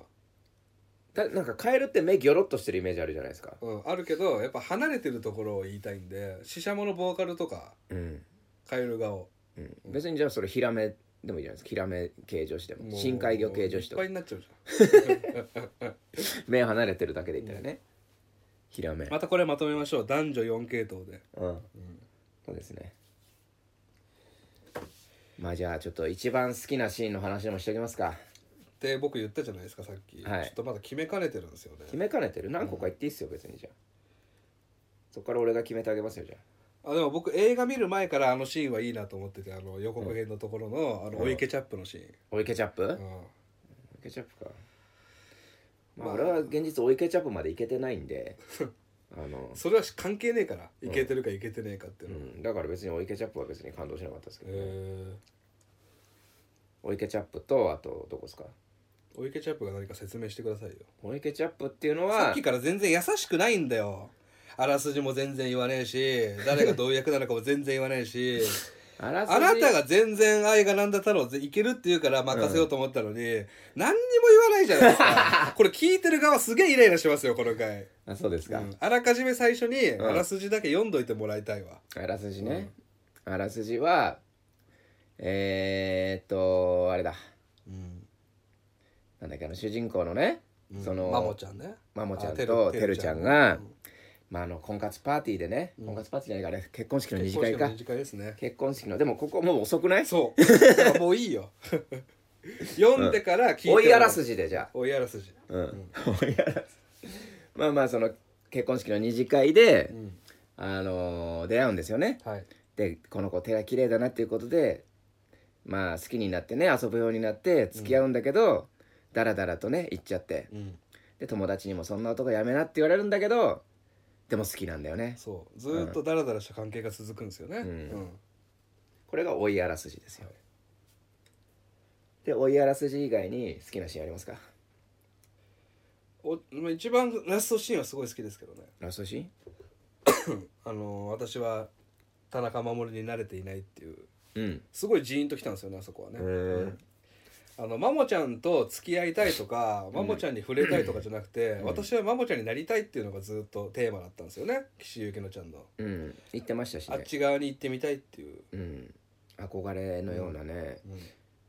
Speaker 1: だなんかカエルって目ギョロっとしてるイメージあるじゃないですか
Speaker 2: うん、あるけどやっぱ離れてるところを言いたいんでシシャモのボーカルとか
Speaker 1: うん、
Speaker 2: カエル顔
Speaker 1: うん、別にじゃあそれヒラメでもいいじゃないですかヒラメ系女子でも深海魚系女子と
Speaker 2: も
Speaker 1: か
Speaker 2: ういっぱいになっちゃうじ
Speaker 1: 目離れてるだけでいったらね、ヒラメ
Speaker 2: ゃんまたこれまとめましょう男女4系統で
Speaker 1: うん、そうですねまあじゃあちょっと一番好きなシーンの話でもしておきますか
Speaker 2: で僕言ったじゃないですかさっき、
Speaker 1: はい
Speaker 2: ちょっとまだ決めかねてるんですよ
Speaker 1: 決
Speaker 2: ね
Speaker 1: めかねてる何個か言っていいっすよ別にじゃあそこから俺が決めてあげますよじゃ
Speaker 2: あでも僕映画見る前からあのシーンはいいなと思っててあの予告編のところの,、あのお池チャップのシーン、
Speaker 1: あ追いケチャップ、追い
Speaker 2: うん
Speaker 1: ケチャップかまあ、俺は現実追いケチャップまでいけてないん であの、
Speaker 2: それは関係ねえからいけてるかいけてねえかっていう
Speaker 1: う
Speaker 2: の、
Speaker 1: ん、だから別に追いケチャップは別に感動しなかったですけど、
Speaker 2: え
Speaker 1: 追いケチャップとあとどこですか
Speaker 2: ー、お池チャップが何か説明してくださいよ
Speaker 1: 追いケチャップっていうの
Speaker 2: さっ
Speaker 1: は
Speaker 2: きから全然優しくないんだよあらすじも全然言わねえし誰がどういう役なのかも全然言わねえし
Speaker 1: あらすじ
Speaker 2: あなたが全然愛がなんだ太郎いけるって言うから任せようと思ったのに、何にも言わないじゃないです かこれ聞いてる側すげえイライラしますよこの回、
Speaker 1: あそうです
Speaker 2: う
Speaker 1: か、
Speaker 2: んあらかじめ最初に
Speaker 1: ん
Speaker 2: あらすじだけ読んどいてもらいたいわ、
Speaker 1: あらすじね、あらすじはえー、っとあれだ
Speaker 2: うん
Speaker 1: なんだっけあの主人公のね、その
Speaker 2: マモちゃんね
Speaker 1: マモちゃん
Speaker 2: あてる
Speaker 1: と
Speaker 2: て
Speaker 1: て
Speaker 2: る
Speaker 1: る
Speaker 2: ち
Speaker 1: ち
Speaker 2: ゃ
Speaker 1: ゃ
Speaker 2: ん
Speaker 1: んが、まあ、あの婚活パーティーでね、婚活パーティーじゃないかあれ結婚式の二次会か
Speaker 2: 結婚式の二次会です ね
Speaker 1: 結婚式のでもここもう遅くない
Speaker 2: そうだからもういいよ 読んでから聞いても
Speaker 1: 追
Speaker 2: らう
Speaker 1: いあらすじでじゃあ
Speaker 2: 追いあらすじ
Speaker 1: うん、 追いあらすまあまあその結婚式の二次会で、
Speaker 2: ん
Speaker 1: あのー出会うんですよね
Speaker 2: はい
Speaker 1: でこの子手が綺麗だなっていうことでまあ好きになってね遊ぶようになって付き合うんだけど、ダラダラとね行っちゃって
Speaker 2: うん
Speaker 1: で友達にも「そんな男やめな」って言われるんだけどでも好きなんだよね
Speaker 2: そうずーっとダラダラした関係が続くんですよね、うん
Speaker 1: これが追いあらすじですよで追いあらすじ以外に好きなシーンありますか
Speaker 2: おまあ一番ラストシーンはすごい好きですけどね
Speaker 1: ラストシーン
Speaker 2: あの私は田中守に慣れていないっていう
Speaker 1: うん
Speaker 2: すごいジーンときたんですよねあそこはね、
Speaker 1: うん
Speaker 2: あのマモちゃんと付き合いたいとかマモちゃんに触れたいとかじゃなくて、私はマモちゃんになりたいっていうのがずっとテーマだったんですよね岸優希乃ちゃんの、
Speaker 1: うん言ってましたし
Speaker 2: あっ
Speaker 1: ね
Speaker 2: ち側に行ってみたいっていう、
Speaker 1: うん憧れのようなね、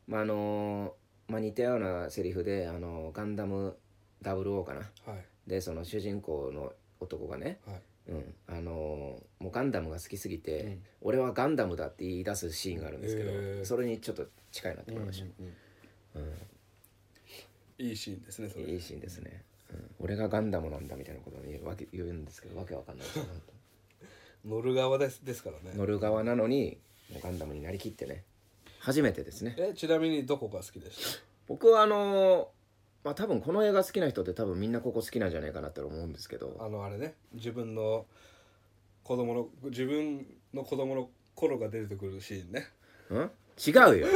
Speaker 1: まああのーまあ似たようなセリフで「あのーガンダム00」かな
Speaker 2: はい
Speaker 1: でその主人公の男がね、
Speaker 2: はい
Speaker 1: うんあのーもうガンダムが好きすぎて、
Speaker 2: うん
Speaker 1: 俺はガンダムだって言い出すシーンがあるんですけど、
Speaker 2: へー
Speaker 1: それにちょっと近いなと思いました、
Speaker 2: いいシーンですねそれ
Speaker 1: いいシーンですね、うん俺がガンダムなんだみたいなことを言うわけ言うんですけどわけわかんないですよ本
Speaker 2: 乗る側ですですからね
Speaker 1: 乗る側なのにもうガンダムになりきってね初めてですね
Speaker 2: えちなみにどこが好きでした
Speaker 1: 僕はあのーまあ多分この映画好きな人って多分みんなここ好きなんじゃないかなって思うんですけど
Speaker 2: あのあれね自分の子供の自分の子供の頃が出てくるシーンね
Speaker 1: うん違う よ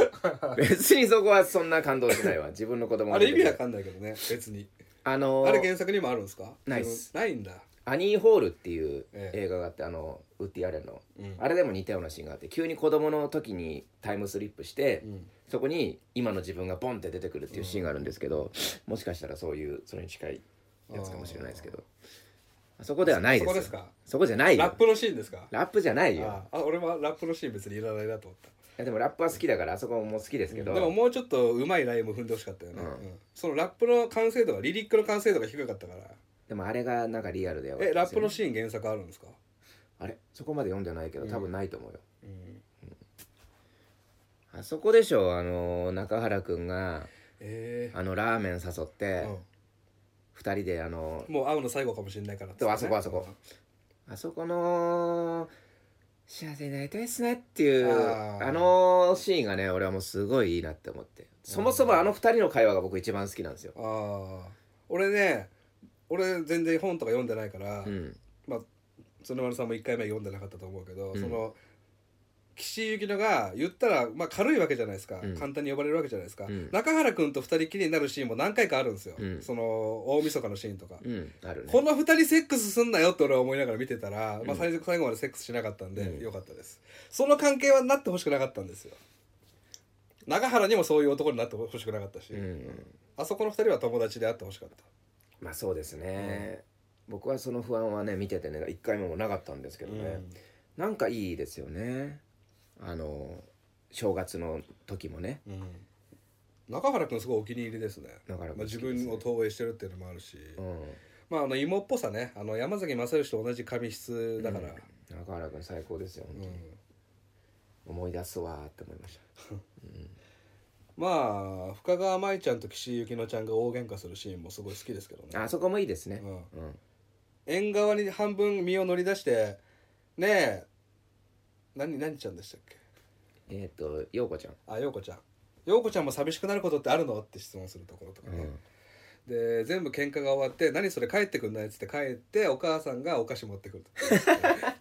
Speaker 1: 別にそこはそんな感動しないわ自分の子供
Speaker 2: あれ意味わかんないけどね別に
Speaker 1: あのー
Speaker 2: あれ原作にもあるんですか
Speaker 1: ないっす
Speaker 2: ないんだ
Speaker 1: アニーホールっていう
Speaker 2: ええ
Speaker 1: 映画があってあのウッディ・アレンの、
Speaker 2: うん
Speaker 1: あれでも似たようなシーンがあって急に子供の時にタイムスリップして、
Speaker 2: うん
Speaker 1: そこに今の自分がボンって出てくるっていうシーンがあるんですけど、もしかしたらそういうそれに近いやつかもしれないですけどそこではないですよ
Speaker 2: そこですか
Speaker 1: そこじゃないよ
Speaker 2: ラップのシーンですか
Speaker 1: ラップじゃないよ
Speaker 2: ああ俺もラップのシーン別にいらないなと思った
Speaker 1: いやでもラップは好きだからあそこも好きですけど、
Speaker 2: でももうちょっとうまいラインも踏んでほしかったよね、
Speaker 1: うん
Speaker 2: うんそのラップの完成度がリリックの完成度が低かったから
Speaker 1: でもあれがなんかリアルでよかった
Speaker 2: えラ
Speaker 1: で
Speaker 2: ッ
Speaker 1: すよ
Speaker 2: プ
Speaker 1: ね
Speaker 2: のシーン原作あるんですか、
Speaker 1: あれそこまで読んでないけど多分ないと思うよ、
Speaker 2: うん、
Speaker 1: あそこでしょあの中原くんが
Speaker 2: え
Speaker 1: あのラーメン誘って、
Speaker 2: えうん
Speaker 1: 二人であの
Speaker 2: もう会うの最後かもしれないからっつって
Speaker 1: そうあそこあそこあそこの幸せになりたいっすねっていう
Speaker 2: あ
Speaker 1: あ
Speaker 2: ー
Speaker 1: のシーンがね俺はもうすごいいいなって思ってそもそもあの二人の会話が僕一番好きなんですよ、
Speaker 2: ああ俺ね俺全然本とか読んでないから、
Speaker 1: うん、
Speaker 2: まあ園丸さんも1回目読んでなかったと思うけど、
Speaker 1: うん
Speaker 2: その岸井ゆきのが言ったら、まあ、軽いわけじゃないですか、
Speaker 1: うん
Speaker 2: 簡単に呼ばれるわけじゃないですか、
Speaker 1: うん
Speaker 2: 中原君と2人きりになるシーンも何回かあるんですよ、
Speaker 1: うん
Speaker 2: その大晦日のシーンとか、
Speaker 1: うん、あるね
Speaker 2: この2人セックスすんなよって俺は思いながら見てたら、
Speaker 1: う
Speaker 2: まあ、
Speaker 1: ん
Speaker 2: 最後最後までセックスしなかったんで、
Speaker 1: うん
Speaker 2: よかったですその関係はなってほしくなかったんですよ中原にもそういう男になってほしくなかったし、
Speaker 1: うん
Speaker 2: あそこの2人は友達であってほしかった
Speaker 1: まあそうですね、僕はその不安はね見ててね一回目もなかったんですけどね、なんかいいですよねあの正月の時もね
Speaker 2: うんうん中原君すごいお気に入りですね
Speaker 1: 中原君
Speaker 2: まあ、
Speaker 1: 好き
Speaker 2: 自
Speaker 1: ですね
Speaker 2: 分を投影してるっていうのもあるし、
Speaker 1: うん
Speaker 2: まああの芋っぽさねあの山崎正義と同じ髪質だから、
Speaker 1: 中原君最高ですよ本
Speaker 2: う
Speaker 1: 当
Speaker 2: ん
Speaker 1: に、思い出すわーって思いました
Speaker 2: まあ深川舞ちゃんと岸井ゆきのちゃんが大喧嘩するシーンもすごい好きですけどね
Speaker 1: あそこもいいですね。
Speaker 2: うん
Speaker 1: うん。
Speaker 2: 縁側に半分身を乗り出してねえ何何ちゃんでしたっけ
Speaker 1: えっ、と、ようこちゃん。
Speaker 2: あ陽子ちゃん陽子ちゃんも寂しくなることってあるのって質問するところとか
Speaker 1: う
Speaker 2: ね、
Speaker 1: ん。
Speaker 2: で全部喧嘩が終わって「何それ帰ってくんない?」っつって帰ってお母さんがお菓子持ってくると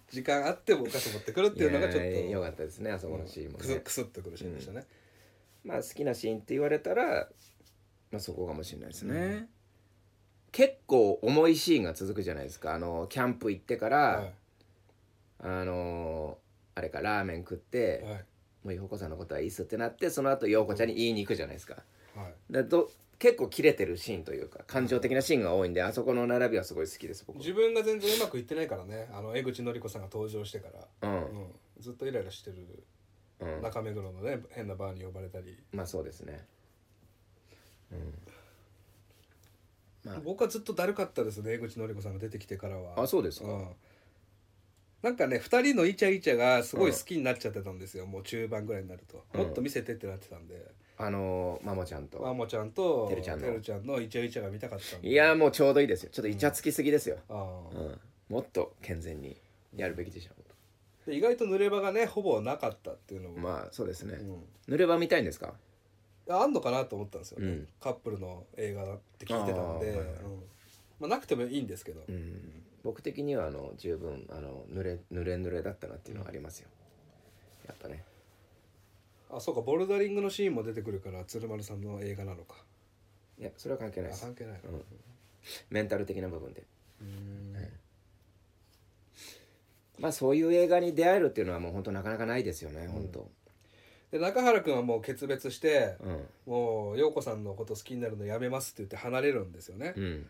Speaker 2: 時間あってもお菓子持ってくるっていうのがちょっと
Speaker 1: いやーよかったですね、あそこのシーンも
Speaker 2: クス
Speaker 1: ね
Speaker 2: ッ。クスッとくるシーンでしたね、
Speaker 1: まあ、好きなシーンって言われたら、まあ、そこかもしれないですね。結構重いシーンが続くじゃないですか。あの、キャンプ行ってから、
Speaker 2: は
Speaker 1: あのーあれか、ラーメン食って、
Speaker 2: いはい
Speaker 1: もうようこさんのことはいいっすってなって、その後、ようこちゃんに言いに行くじゃないですか。
Speaker 2: はい
Speaker 1: だど結構切れてるシーンというか、感情的なシーンが多いんで、あそこの並びはすごい好きです、僕は。
Speaker 2: 自分が全然うまくいってないからねあの江口のり子さんが登場してから、
Speaker 1: うん
Speaker 2: う。ん、ずっとイライラしてる
Speaker 1: うん。
Speaker 2: 中目黒のね変なバーに呼ばれたり、
Speaker 1: まあそうですね。はい
Speaker 2: 僕はずっとだるかったですね江口のり子さんが出てきてからは
Speaker 1: あ、そうですか。
Speaker 2: うんなんかね2人のイチャイチャがすごい好きになっちゃってたんですよ、もう中盤ぐらいになると、
Speaker 1: うん
Speaker 2: もっと見せてってなってたんで
Speaker 1: あのー、マモちゃん
Speaker 2: マ
Speaker 1: と。
Speaker 2: モちゃんと
Speaker 1: てるちゃんの
Speaker 2: ちゃんのイチャイチャが見たかったんで
Speaker 1: いやーもうちょうどいいですよ。ちょっとイチャつきすぎですよ。
Speaker 2: あー
Speaker 1: うん。もっと健全にやるべきでしょ
Speaker 2: で意外と濡れ場がねほぼなかったっていうの
Speaker 1: う。
Speaker 2: も、
Speaker 1: まあそうですね
Speaker 2: う。ん
Speaker 1: 濡れ場見たいんですか
Speaker 2: あんのかなと思ったんですよ、ね
Speaker 1: うん
Speaker 2: カップルの映画だって聞いてたん
Speaker 1: あ
Speaker 2: で、
Speaker 1: ーはいはい
Speaker 2: うんまあ、なくてもいいんですけど、
Speaker 1: うん。僕的にはあの、十分、あの、濡れ、濡れ濡れだったなっていうのはありますよ。やっぱね。
Speaker 2: あそうかボルダリングのシーンも出てくるから鶴丸さんの映画なのか
Speaker 1: いや、それは関係ないで
Speaker 2: あ
Speaker 1: す
Speaker 2: 関。係ないな
Speaker 1: うんメンタル的な部分で。
Speaker 2: うん
Speaker 1: まあそういう映画に出会えるっていうのはもう本当なかなかないですよね、本当。
Speaker 2: で中原君はもう決別して、
Speaker 1: うん。
Speaker 2: もう陽子さんのこと好きになるのやめますって言って離れるんですよね、
Speaker 1: うん。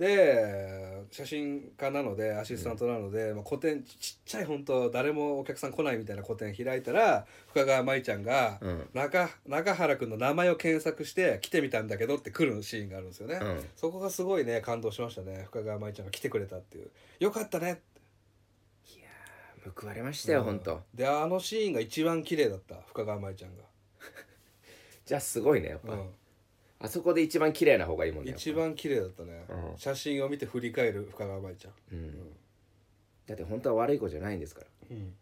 Speaker 2: で写真家なのでアシスタントなので、まあ、個展ちちっちゃい本当誰もお客さん来ないみたいな個展開いたら深川舞ちゃんが、
Speaker 1: うん。
Speaker 2: 中中原君の名前を検索して来てみたんだけどって来るシーンがあるんですよね、
Speaker 1: うん
Speaker 2: そこがすごいね感動しましたね深川舞ちゃんが来てくれたっていうよかったねって
Speaker 1: 報われましたよ、本当。
Speaker 2: であのシーンが一番綺麗だった深川舞ちゃんが、
Speaker 1: じゃあすごいね、やっぱ。
Speaker 2: うん
Speaker 1: あそこで一番綺麗な方がいいもんね。
Speaker 2: 一番綺麗だったね、
Speaker 1: うん
Speaker 2: 写真を見て振り返る深川舞ちゃん、
Speaker 1: うん
Speaker 2: うん
Speaker 1: だって本当は悪い子じゃないんですから、
Speaker 2: うん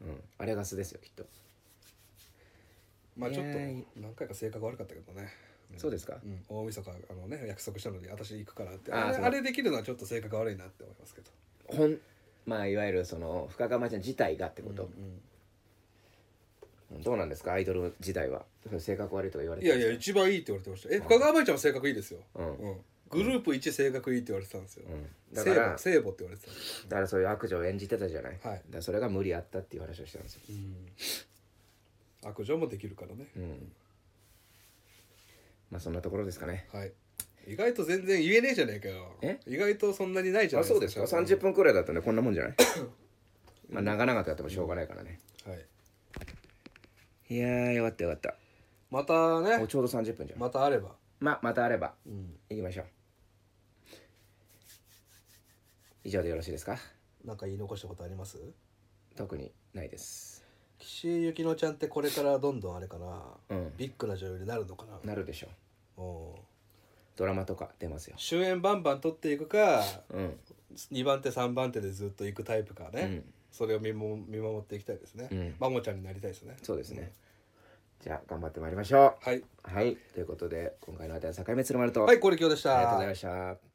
Speaker 1: うん、あれが素ですよきっと
Speaker 2: まあちょっと
Speaker 1: いやー
Speaker 2: 何回か性格悪かったけどね、ん
Speaker 1: そうですか
Speaker 2: うん、大晦日あのね約束したのに私行くからって
Speaker 1: あー
Speaker 2: あれ
Speaker 1: そう
Speaker 2: あれできるのはちょっと性格悪いなって思いますけど
Speaker 1: ほんまあいわゆるその深川ちゃん自体がってこと、
Speaker 2: うん
Speaker 1: どうなんですかアイドル時代はそれ性格悪いとか言われ
Speaker 2: い
Speaker 1: て
Speaker 2: や
Speaker 1: るん
Speaker 2: い
Speaker 1: です
Speaker 2: や一番いいって言われてましたえ深川舞ちゃんは性格いいですよ、
Speaker 1: うん
Speaker 2: うん、グループ1性格いいって言われてたんですよ、
Speaker 1: うんだ
Speaker 2: 聖
Speaker 1: か
Speaker 2: 母
Speaker 1: ら
Speaker 2: 聖母って言われてたんです
Speaker 1: だからそういう悪女を演じてたじゃない、
Speaker 2: はい
Speaker 1: だからそれが無理あったっていう話をしたんですよ、
Speaker 2: 悪女もできるからね、
Speaker 1: うん、まあそんなところですかね
Speaker 2: はい意外と全然言えねえじゃねえかよ
Speaker 1: え
Speaker 2: 意外とそんなにないじゃ
Speaker 1: あ
Speaker 2: ない
Speaker 1: そうですか30分くらいだったんでこんなもんじゃないまあ長々とやってもしょうがないからね、
Speaker 2: はい
Speaker 1: いやーよかったよかった
Speaker 2: また
Speaker 1: もう
Speaker 2: ね
Speaker 1: ちょうど30分じゃんま
Speaker 2: またあれば
Speaker 1: またあれば
Speaker 2: うん
Speaker 1: 行きましょう以上でよろしいですか
Speaker 2: なんか言い残したことあります
Speaker 1: 特にないです
Speaker 2: 岸井ゆきのちゃんってこれからどんどんあれかな、
Speaker 1: うん
Speaker 2: ビッグな女優になるのかな、
Speaker 1: なるでしょう
Speaker 2: うん
Speaker 1: ドラマとか出ますよ
Speaker 2: 主演バンバン取っていくか
Speaker 1: うん
Speaker 2: 2番手3番手でずっと行くタイプかね、
Speaker 1: うん
Speaker 2: それを見も見守っていきたいですね、
Speaker 1: うん
Speaker 2: マモちゃんになりたいですね
Speaker 1: そうですねじゃあ頑張ってまいりましょう
Speaker 2: はい
Speaker 1: はい、ということで今回の「あては境目鶴丸と」
Speaker 2: はい、これ今日でした。
Speaker 1: ありがとうございました。